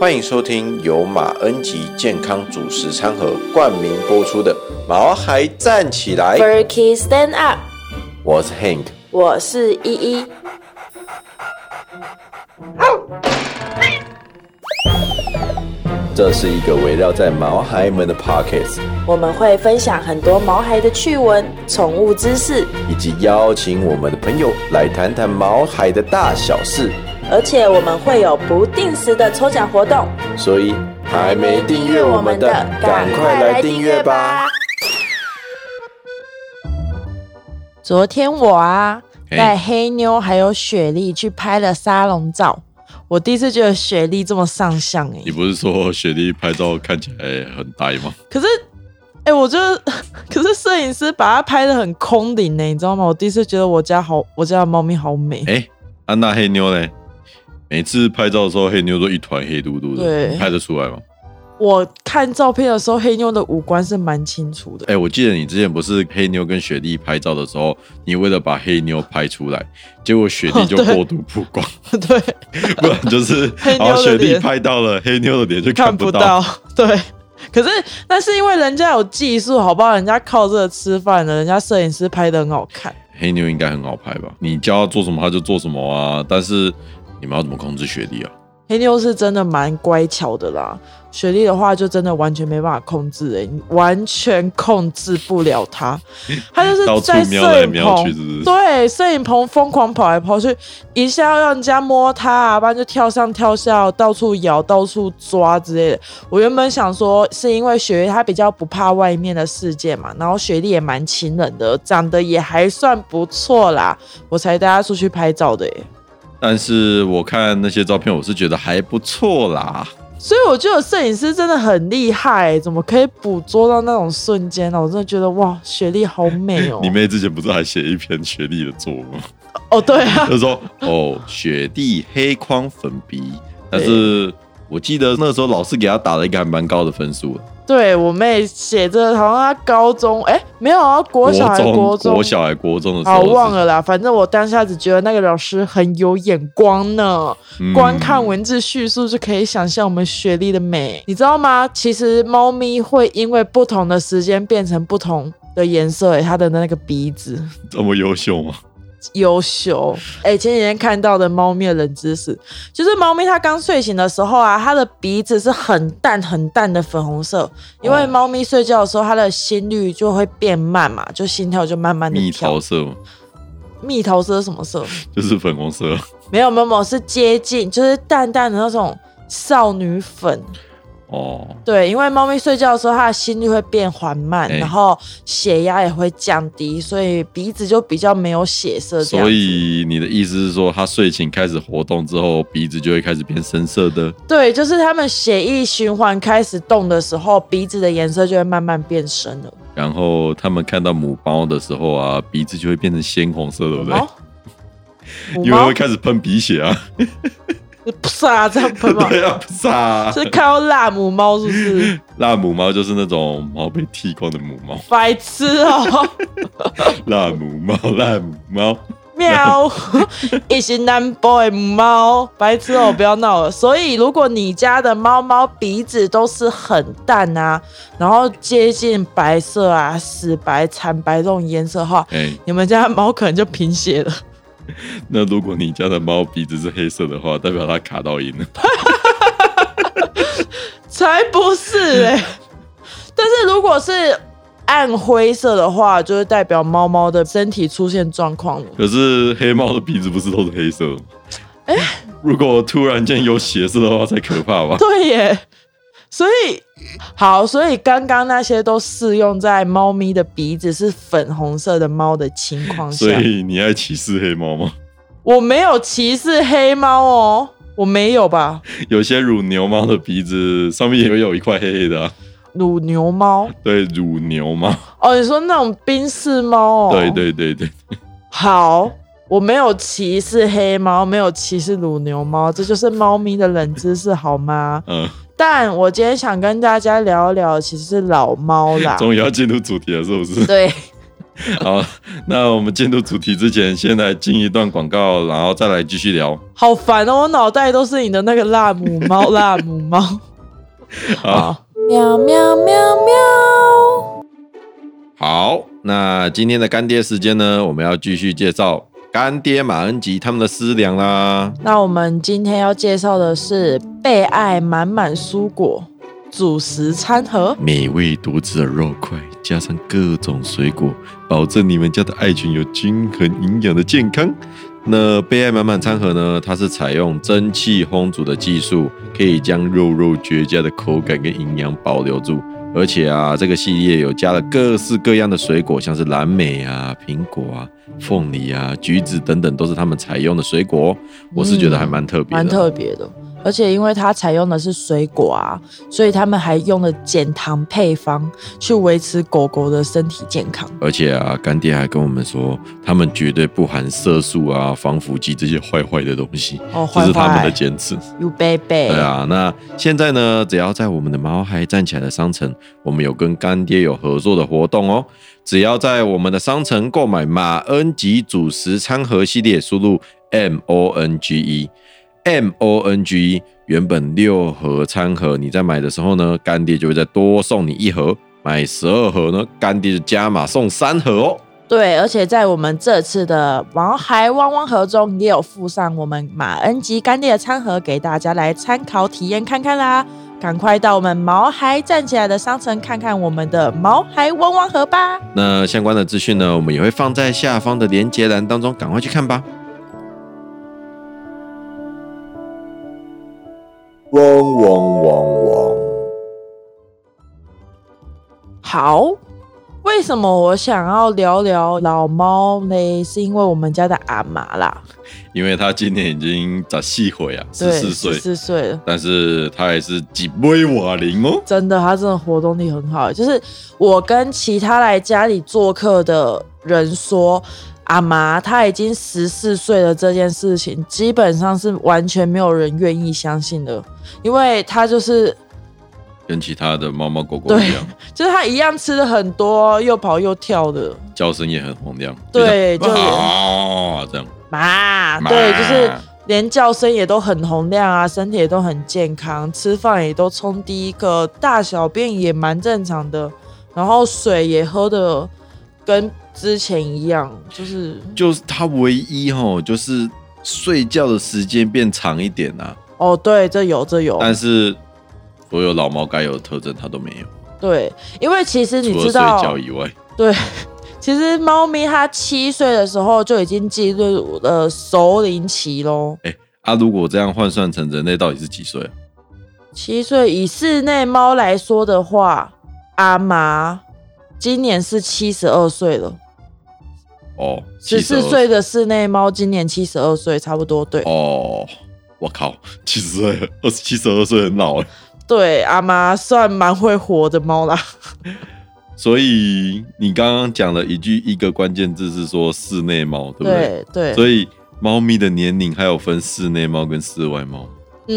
欢迎收听由马恩吉健康主食餐盒冠名播出的《毛孩站起来》， Berkey Stand Up，我是 Hank。我是依依。这是一个围绕在毛孩们的 Pockets，我们会分享很多毛孩的趣闻、宠物知识，以及邀请我们的朋友来谈谈毛孩的大小事。而且我们会有不定时的抽奖活动。所以还没订阅我们的，赶快来订阅吧！！昨天我啊，哎带黑妞还有雪莉去拍了沙龙照，我第一次觉得雪莉这么上相哎、你不是说雪莉拍照看起来很呆吗？ 可是，哎、我觉得，可是摄影师把它拍的很空灵呢、你知道吗？我第一次觉得我家好，我家的猫咪好美。哎、安娜黑妞嘞？每次拍照的时候，黑妞都一团黑嘟嘟的，对你拍得出来吗？我看照片的时候，黑妞的五官是蛮清楚的。哎、我记得你之前不是黑妞跟雪莉拍照的时候，你为了把黑妞拍出来，结果雪莉就哦对过度曝光， 对，不然就是黑妞的脸然后雪莉拍到了黑妞的脸就看不不到。对，可是那是因为人家有技术，好不好？人家靠这个吃饭的，人家摄影师拍的很好看。 黑妞应该很好拍吧？你教她做什么，她就做什么啊。但是你们要怎么控制雪莉啊？黑妞是真的蛮乖巧的啦，雪莉的话就真的完全没办法控制、欸，你完全控制不了 她，她就是到处在瞄摄来影瞄去，棚是。不是？对，摄影棚疯狂跑来跑去，一下要让人家摸它、啊，不然就跳上跳下，到处咬、到处抓之类的。我原本想说，是因为雪莉她比较不怕外面的世界嘛，然后雪莉也蛮亲人的，长得也还算不错啦，我才带她出去拍照的欸耶。但是我看那些照片，我是觉得还不错啦。所以我觉得摄影师真的很厉害、怎么可以捕捉到那种瞬间呢、我真的觉得哇，雪莉好美哦、 你妹之前不是还写一篇雪莉的作文吗？ 哦，对啊，就说哦，雪地黑框粉鼻，但是我记得那时候老师给她打了一个还蛮高的分数的，对我妹写着，好像她高中，哎、没有啊，国小还是中、国国中，小还国中的时好候，忘了啦。反正我当下只觉得那个老师很有眼光呢，嗯光看文字叙述就可以想象我们雪莉的美，你知道吗？其实猫咪会因为不同的时间变成不同的颜色、哎，它的那个鼻子。这么优秀 吗？优秀。哎、前几天看到的猫咪的冷知识，就是猫咪它刚睡醒的时候啊，它的鼻子是很淡很淡的粉红色，因为哦猫咪睡觉的时候，它的心率就会变慢嘛，就心跳就慢慢的蜜跳桃。色吗？ 蜜桃色是什么色？就是粉红色没有没有没有，是接近，就是淡淡的那种少女粉。哦。对，因为猫咪睡觉的时候，它的心率会变缓慢，哎然后血压也会降低，所以鼻子就比较没有血色这样所子。以你的意思是说，她睡醒开始活动之后，鼻子就会开始变深色的？对，就是他们血液循环开始动的时候，鼻子的颜色就会慢慢变深了。然后他们看到母猫的时候啊，鼻子就会变成鲜红色，对不对？ 哦，母因为它猫会开始喷鼻血啊，是不是啊，这样喷吗？ 对啊，不是啊，是看到辣母猫是 不是？那母猫就是那种毛被剃光的母猫，白痴哦，那母猫，那母 猫，喵！一群男 boy 母猫，白痴哦，不要闹了。所以如果你家的猫猫鼻子都是很淡啊，然后接近白色啊、死白、惨白这种颜色的话，哎、你们家的猫可能就贫血了。那如果你家的猫鼻子是黑色的话，代表它卡到音了。才不是嘞、但是如果是暗灰色的话，就是代表猫猫的身体出现状况了。可是黑猫的鼻子不是都是黑色的吗？如果突然间有血色的话，才可怕吧？对耶，所以好，所以刚刚那些都适用在猫咪的鼻子是粉红色的猫的情况下所。以你爱歧视黑猫吗？我没有歧视黑猫哦，我没有吧？有些乳牛猫的鼻子上面也有一块黑黑的、啊，乳牛猫对，乳牛猫，哦，你说那种冰室猫哦？对对对对，好，我没有歧视黑猫，没有歧视乳牛猫，这就是猫咪的冷知识好吗？嗯，但我今天想跟大家聊一聊，其实是老猫啦。 啊终于要进入主题了，是不是？对，好，那我们进入主题之前，先来进一段广告，然后再来继续聊。好烦哦，我脑袋都是你的那个辣母猫，辣母猫。好，喵喵喵喵。好，那今天的干爹时间呢，我们要继续介绍干爹马恩吉他们的私粮啦。那我们今天要介绍的是被爱满满蔬果主食餐盒。美味独特的肉块，加上各种水果，保证你们家的爱群有均衡营养的健康。那被爱满满餐盒呢？它是采用蒸汽烘煮的技术，可以将肉肉绝佳的口感跟营养保留住。而且啊，这个系列有加了各式各样的水果，像是蓝莓啊、苹果啊、凤梨啊、橘子等等，都是他们采用的水果哦。我是觉得还蛮特别的，蛮特别的。而且因为它采用的是水果啊，所以他们还用了减糖配方去维持狗狗的身体健康。而且啊，干爹还跟我们说，他们绝对不含色素啊、防腐剂这些坏坏的东西，哦，这坏是他们的坏坚持。 ，You baby，对啊，那现在呢，只要在我们的毛孩站起来的商城，我们有跟干爹有合作的活动哦。只要在我们的商城购买马恩吉主食餐盒系列，输入 M O N G E M O N G E，原本六盒餐盒，你在买的时候呢，干爹就会再多送你一盒。买十二盒呢，干爹就加码送三盒哦。对，而且在我们这次的毛孩汪汪盒中，也有附上我们马恩吉干爹的餐盒给大家来参考体验看看啦。赶快到我们毛孩站起来的商城看看我们的毛孩汪汪盒吧。那相关的资讯呢，我们也会放在下方的连接栏当中，赶快去看吧。嗡嗡嗡嗡。好，为什么我想要聊聊老猫呢？是因为我们家的阿妈啦，因为他今年已经十四岁啊，十四岁，四岁了。但是他还是几杯瓦林哦。真的，他真的活动力很好。就是我跟其他来家里做客的人说，阿妈她已经十四岁了这件事情，基本上是完全没有人愿意相信的，因为她就是跟其他的猫猫狗狗一样，就是她一样吃的很多，又跑又跳的。叫声也很洪亮，对就像就啊这样，妈，妈对，就是连叫声也都很洪亮啊，身体也都很健康，吃饭也都冲第一个，大小便也蛮正常的，然后水也喝的跟之前一样，就是就是他唯一哦，就是睡觉的时间变长一点啊，哦，对，这有这有，但是所有老猫该有的特征它都没有，对，因为其实你除了睡知道，觉以外，对，其实猫咪它七岁的时候就已经进入了熟龄期喽。啊，如果这样换算成人类到底是几岁啊？七岁以室内猫来说的话，阿麻今年是七十二岁了。哦，十四72岁的室内猫今年七十二岁，差不多对、哦，我靠，七十岁了，二十 七十二岁很老了。欸对，阿妈算蛮会活的猫啦。所以你刚刚讲了一句，一个关键字是说室内猫，对不对？对对，所以猫咪的年龄还有分室内猫跟室外猫。嗯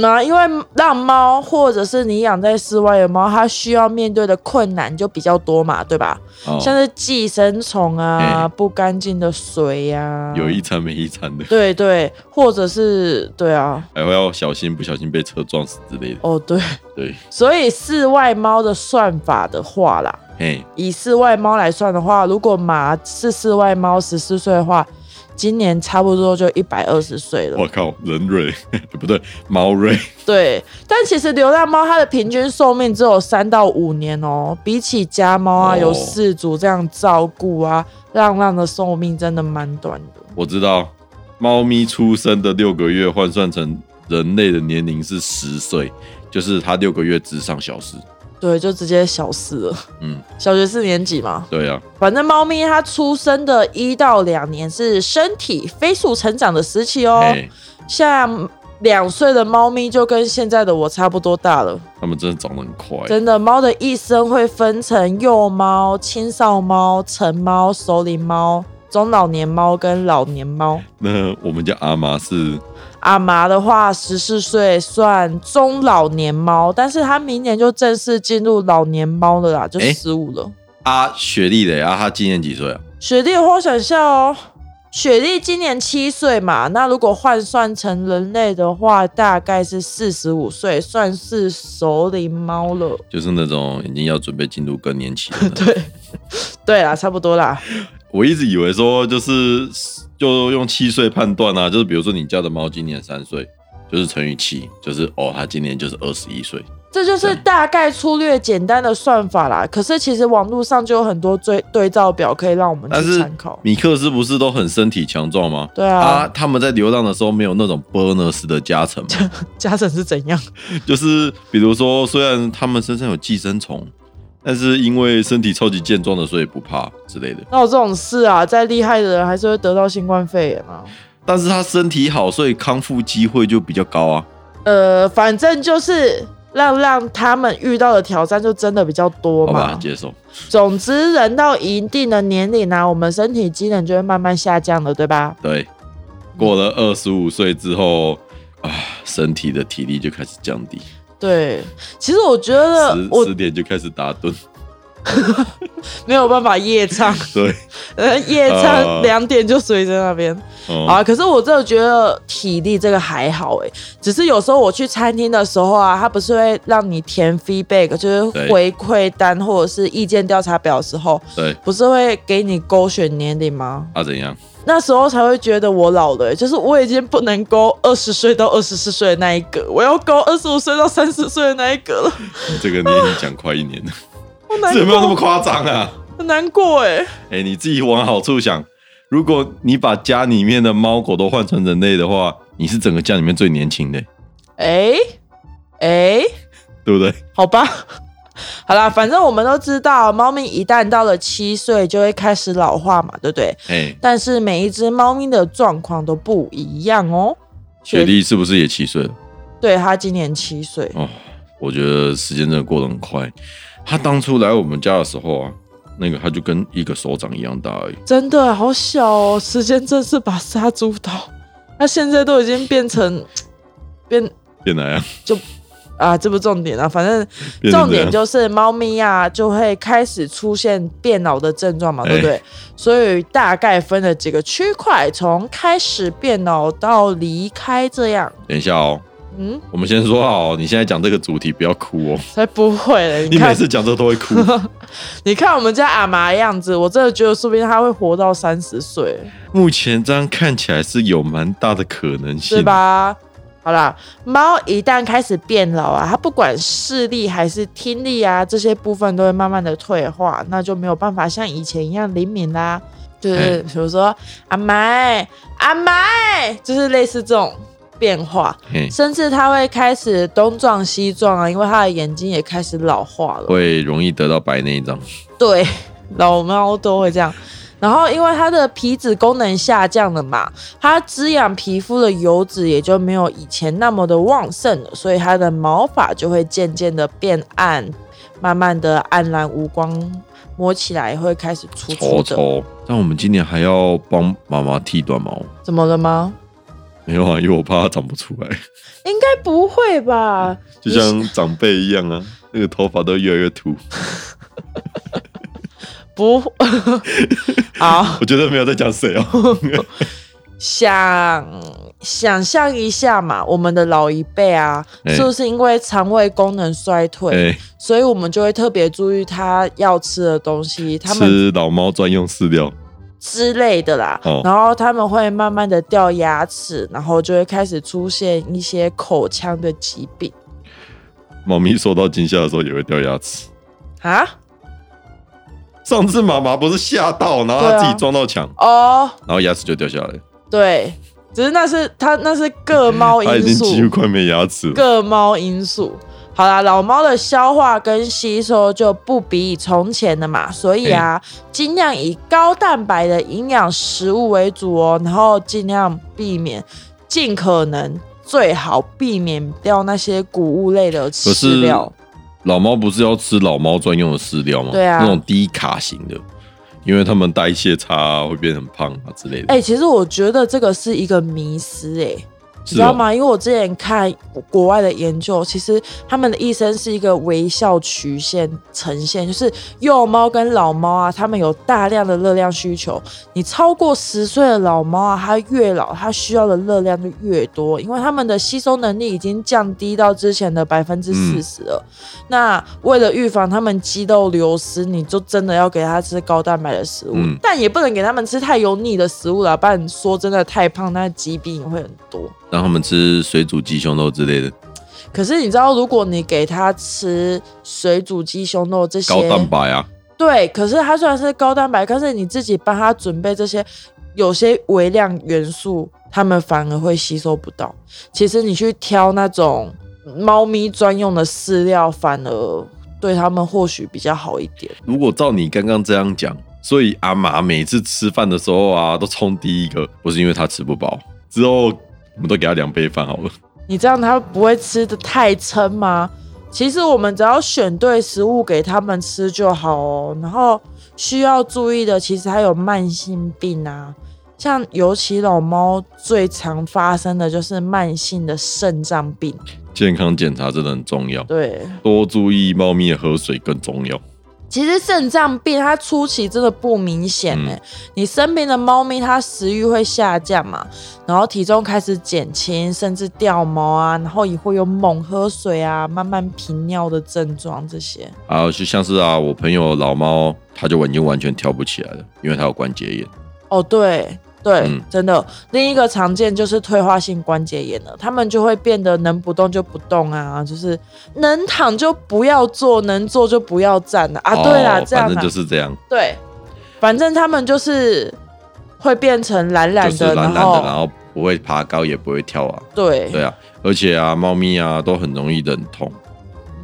啊，因为让猫或者是你养在室外的猫，它需要面对的困难就比较多嘛，对吧？哦，像是寄生虫啊、哎不干净的水呀、有一餐没一餐的，对对，或者是对啊，还会要小心，不小心被车撞死之类的。哦对，对，所以室外猫的算法的话啦，嘿，以室外猫来算的话，如果马是室外猫十四岁的话，今年差不多就一百二十岁了我。靠，人瑞 不对，猫瑞，对，但其实流浪猫它的平均寿命只有三到五年哦，比起家猫啊，哦有饲主这样照顾啊，浪浪的寿命真的蛮短的。我知道，猫咪出生的六个月换算成人类的年龄是十岁，就是它六个月只上小时。对，就直接小四了，嗯，小学四年级嘛。对啊，反正猫咪它出生的一到两年是身体飞速成长的时期哦，嘿，像两岁的猫咪就跟现在的我差不多大了。它们真的长得很快。真的，猫的一生会分成幼猫、青少猫、成猫、熟龄猫、中老年猫跟老年猫。 那我们家阿妈是阿麻的话，十四岁算中老年猫，但是它明年就正式进入老年猫了啦，就诶十五了。啊，雪莉的啊，她今年几岁啊？雪莉的话，我想一下哦，雪莉今年七岁嘛，那如果换算成人类的话，大概是四十五岁，算是熟龄猫了。就是那种已经要准备进入更年期了。 对，对啦，差不多啦。我一直以为说就是就用七岁判断啊，就是比如说你家的猫今年三岁，就是乘以七，就是哦，它今年就是二十一岁。这就是大概粗略简单的算法啦。可是其实网络上就有很多对对照表可以让我们但去是参考。米克斯不是都很身体强壮吗？对啊啊，，他们在流浪的时候没有那种 bonus 的加成吗？家长是怎样？就是比如说，虽然他们身上有寄生虫，但是因为身体超级健壮的，所以不怕之类的。那有这种事啊？再厉害的人还是会得到新冠肺炎啊。但是他身体好，所以康复机会就比较高啊。呃，反正就是让让他们遇到的挑战就真的比较多好吧，嘛。接受。总之，人到一定的年龄呢、我们身体机能就会慢慢下降了，对吧？对，过了二十五岁之后啊，身体的体力就开始降低，对，其实我觉得十我十点就开始打盹。 没有办法夜 唱，对，呃，夜呃唱两点就睡在那边。哦、啊，可是我真的觉得体力这个还好哎、只是有时候我去餐厅的时候啊，他不是会让你填 feedback，就是对回馈单或者是意见调查表的时候，对，不是会给你勾选年龄吗？啊怎样？那时候才会觉得我老了欸、就是我已经不能勾二十岁到二十四岁的那一个，我要勾二十五岁到三十岁的那一个了，你这个你已经讲快一年了，好 难这有没有那么过，夸张啊？很难过哎、哎、你自己往好处想，如果你把家里面的猫狗都换成人类的话，你是整个家里面最年轻的，哎、哎、对不对？好吧， 好啦，反正我们都知道，猫咪一旦到了七岁就会开始老化嘛，对不对？哎、但是每一只猫咪的状况都不一样哦。雪莉是不是也七岁了？对，它今年七岁，哦，我觉得时间真的过得很快。她当初来我们家的时候啊，那个她就跟一个手掌一样大而已。真的好小哦，时间真是把杀猪刀。它现在都已经变成变变来啊，啊，这不重点啊，反正变成重这点样就是猫咪啊就会开始出现变老的症状嘛，哎对不对？所以大概分了几个区块，从开始变老到离开这样。等一下哦，嗯，我们先说好，你现在讲这个主题不要哭哦。才不会嘞！你你每看，次讲这都会哭，你看我们家阿妈的样子，我真的觉得说不定她会活到三十岁，目前这样看起来是有蛮大的可能性，对？吧？好啦，猫一旦开始变老啊，它不管视力还是听力啊，这些部分都会慢慢的退化，那就没有办法像以前一样灵敏啦。就是比如说阿麦阿麦，就是类似这种变化，嘿，甚至它会开始东撞西撞啊，因为它的眼睛也开始老化了。会容易得到白内障。对，老猫都会这样。然后，因为它的皮脂功能下降了嘛，它滋养皮肤的油脂也就没有以前那么的旺盛了，所以它的毛发就会渐渐的变暗，慢慢的暗蓝无光，摸起来会开始粗粗抽的。抽，但我们今年还要帮妈妈剃短毛。怎么了吗？没有啊，因为我怕它长不出 来，应该不会吧？就像长辈一样啊，那个头发都越来越秃。不， 好。我觉得没有在讲谁 哦。想想象一下嘛，我们的老一辈啊，哎是不是因为肠胃功能衰退，哎，所以我们就会特别注意他要吃的东西，他们吃老猫专用饲料，之类的啦。哦然后他们会慢慢的掉牙齿，然后就会开始出现一些口腔的疾病猫咪受到惊吓的时候也会掉牙齿。啊。上次妈妈不是吓到，然后对她啊自己撞到墙，哦，然后牙齿就掉下来，对，只是那是他那是各 猫她已啊因经素，几乎快没牙齿了。各猫因素。好啦，老猫的消化跟吸收就不比从前了嘛，所以啊，尽量以高蛋白的营养食物为主哦，然后尽量避免，尽可能最好避免掉那些谷物类的是饲料。老猫不是要吃老猫专用的饲料吗？对啊那种低卡型的，因为它们代谢差啊、会变很胖啊之类的。哎、其实我觉得这个是一个迷思、哎，你是知道哦，吗？因为我之前看国外的研究，其实他们的一生是一个微笑曲线呈现，就是幼猫跟老猫啊，它们有大量的热量需求。你超过十岁的老猫啊，它越老，它需要的热量就越多，因为它们的吸收能力已经降低到之前的百分之四十了。那为了预防它们肌肉流失，你就真的要给它吃高蛋白的食物，嗯但也不能给它们吃太油腻的食物了，不然说真的太胖，那疾病也会很多。让他们吃水煮鸡胸肉之类的，可是你知道，如果你给它吃水煮鸡胸肉这些，高蛋白啊，对，可是它虽然是高蛋白，但是你自己帮它准备这些有些微量元素，它们反而会吸收不到。其实你去挑那种猫咪专用的饲料，反而对它们或许比较好一点。如果照你刚刚这样讲，所以阿玛每次吃饭的时候啊，都冲第一个，不是因为她吃不饱，之后我们都给她两杯饭好了。 你这样它不会吃的太撑吗？其实我们只要选对食物给它们吃就好哦。然后需要注意的，其实还有慢性病啊，像尤其老猫最常发生的就是慢性的肾脏病。健康检查真的很重要，对，多注意猫咪的喝水更重要。其实肾脏病它初期真的不明显哎、嗯你生病的猫咪它食欲会下降嘛，然后体重开始减轻，甚至掉毛啊，然后也会有猛喝水啊、慢慢频尿的症状这些。啊，就像是啊，我朋友老猫，它就已经完全跳不起来了，因为它有关节炎。哦，对对，嗯真的。另一个常见就是退化性关节炎了，他们就会变得能不动就不动啊，就是能躺就不要坐，能坐就不要站了啊。对啦，哦这样反正啦，就是这样，对，反正他们就是会变成懒懒就是的，懒懒后的，然后不会爬高，也不会跳啊。对对啊，而且啊，猫咪啊都很容易忍痛。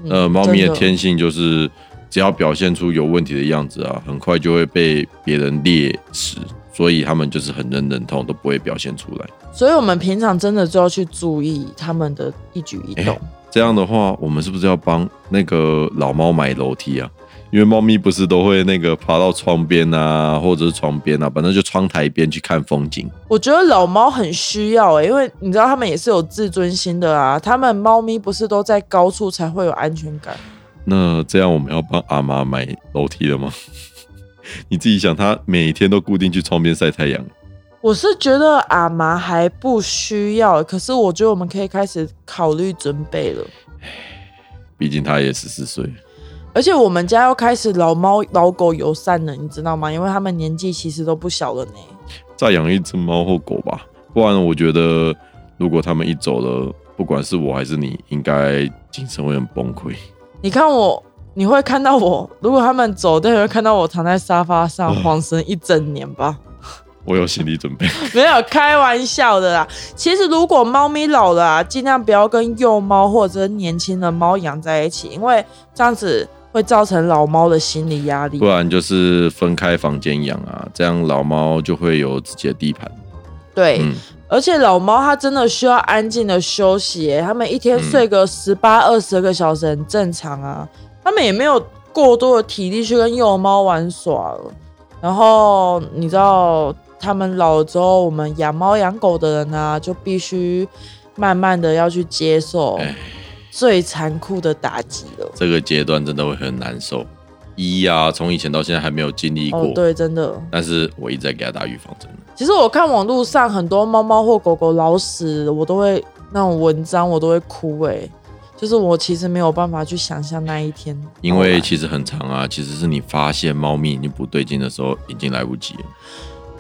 呃，猫咪的，天性就是只要表现出有问题的样子啊，很快就会被别人猎食，所以它们就是很能忍痛，都不会表现出来。嗯所以我们平常真的就要去注意他们的一举一动。这样的话，我们是不是要帮那个老猫买楼梯啊？因为猫咪不是都会那个爬到窗边啊，或者是床边啊，反正就窗台边去看风景。我觉得老猫很需要诶、因为你知道它们也是有自尊心的啊。它们猫咪不是都在高处才会有安全感？那这样我们要帮阿妈买楼梯了吗？ 你自己想，它每天都固定去窗边晒太阳，我是觉得阿麻还不需要，可是我觉得我们可以开始考虑准备了。毕竟它也十四岁了。而且我们家要开始老猫老狗友善了，你知道吗？因为它们年纪其实都不小了呢。再养一只猫或狗吧，不然我觉得如果他们一走了，不管是我还是你，应该精神会很崩溃。 你看我，你会看到我，如果它们走掉，你会看到我躺在沙发上嗯晃神一整年吧。我有心理准 备，没有开玩笑的啦。其实如果猫咪老了啊，尽量不要跟幼猫或者是年轻的猫养在一起，因为这样子会造成老猫的心理压力不。然就是分开房间养啊，这样老猫就会有自己的地盘。对，嗯，而且老猫它真的需要安静的休息耶、它们一天睡嗯个十八二十个小时很正常啊，它们也没有过多的体力去跟幼猫玩耍了。然后你知道，它们老了之后，我们养猫养狗的人啊，就必须慢慢的要去接受哎最残酷的打击了。这个阶段真的会很难受。一啊，从以前到现在还没有经历过，哦，对，真的。但是我一直在给它打预防针。其实我看网络上很多猫猫或狗狗老死，我都会那种文章，我都会哭哎、就是我其实没有办法去想象那一天，哦因为其实很长啊，其实是你发现猫咪已经不对劲的时候，已经来不及了。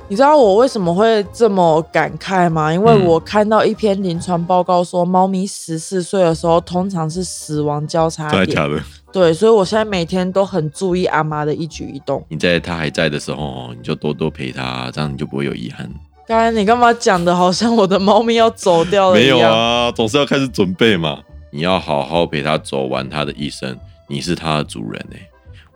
你知道我为什么会这么感慨吗？因为嗯我看到一篇临床报告说，猫咪十四岁的时候通常是死亡交叉真的假点，的？对，所以我现在每天都很注意阿妈的一举一动。你在它还在的时候，你就多多陪它，这样你就不会有遗憾。刚才你干嘛讲的好像我的猫咪要走掉哦了一没样？有啊，总是要开始准备嘛。你要好好陪它走完它的一生，你是它的主人哎、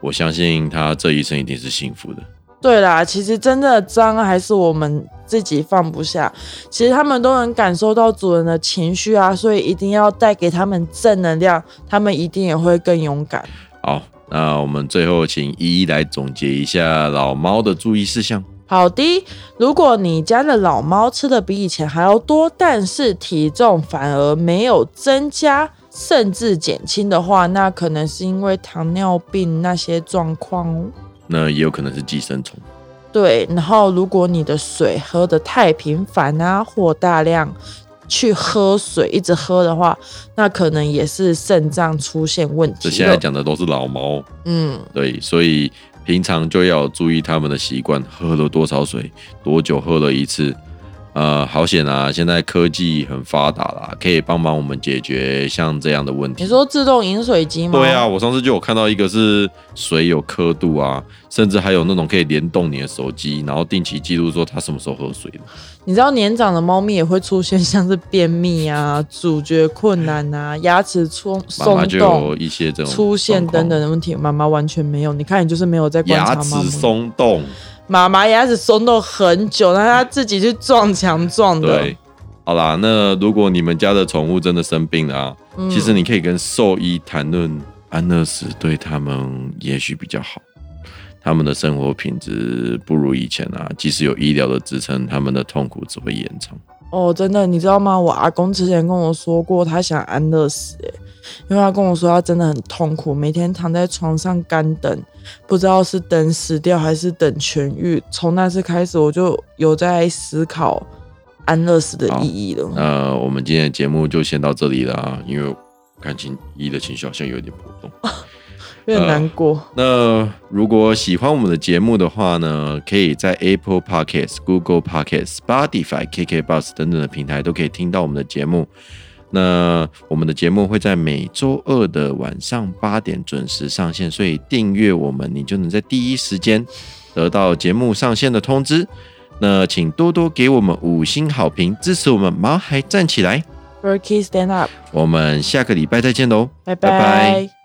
我相信它这一生一定是幸福的。对啦，其实真正的脏还是我们自己放不下。其实他们都能感受到主人的情绪啊，所以一定要带给他们正能量，他们一定也会更勇敢。好，那我们最后请依依来总结一下老猫的注意事项。好的，如果你家的老猫吃的比以前还要多，但是体重反而没有增加，甚至减轻的话，那可能是因为糖尿病那些状况哦。那也有可能是寄生虫。对，然后如果你的水喝的太频繁啊，或大量去喝水，一直喝的话，那可能也是肾脏出现问这题现在了。讲的都是老猫，嗯，对，所以平常就要注意他们的习惯，喝了多少水，多久喝了一次。呃，好险啊！现在科技很发达啦，可以帮忙我们解决像这样的问题你。说自动饮水机吗？对啊，，我上次就有看到一个是水有刻度啊，甚至还有那种可以联动你的手机，然后定期记录说它什么时候喝水的。你知道年长的猫咪也会出现像是便秘啊、咀嚼困难啊、牙齿松妈妈松就动有、一些这种出现状况等等的问题，妈妈完全没有。你看，你就是没有在观察牙妈齿妈。松动，妈妈牙齿松动很久，那她自己去撞墙撞的对。。好啦，那如果你们家的宠物真的生病了啊，嗯其实你可以跟兽医谈论安乐死，对他们也许比较好。他们的生活品质不如以前啊，即使有医疗的支撑，他们的痛苦只会延长。哦，真的，你知道吗？我阿公之前跟我说过，他想安乐死、欸，因为他跟我说他真的很痛苦，每天躺在床上干等，不知道是等死掉还是等痊愈。从那次开始，我就有在思考安乐死的意义了。那我们今天的节目就先到这里了啊，因为我看情一的情绪好像有点波动。有呃点难过。那如果喜欢我们的节目的话呢，可以在 Apple Podcasts、Google Podcasts、Spotify、KK Bus 等等的平台都可以听到我们的节目。那我们的节目会在每周二的晚上八点准时上线，所以订阅我们，你就能在第一时间得到节目上线的通知。那请多多给我们五星好评，支持我们毛孩站起来。 Berkey stand up，我们下个礼拜再见喽，拜拜拜拜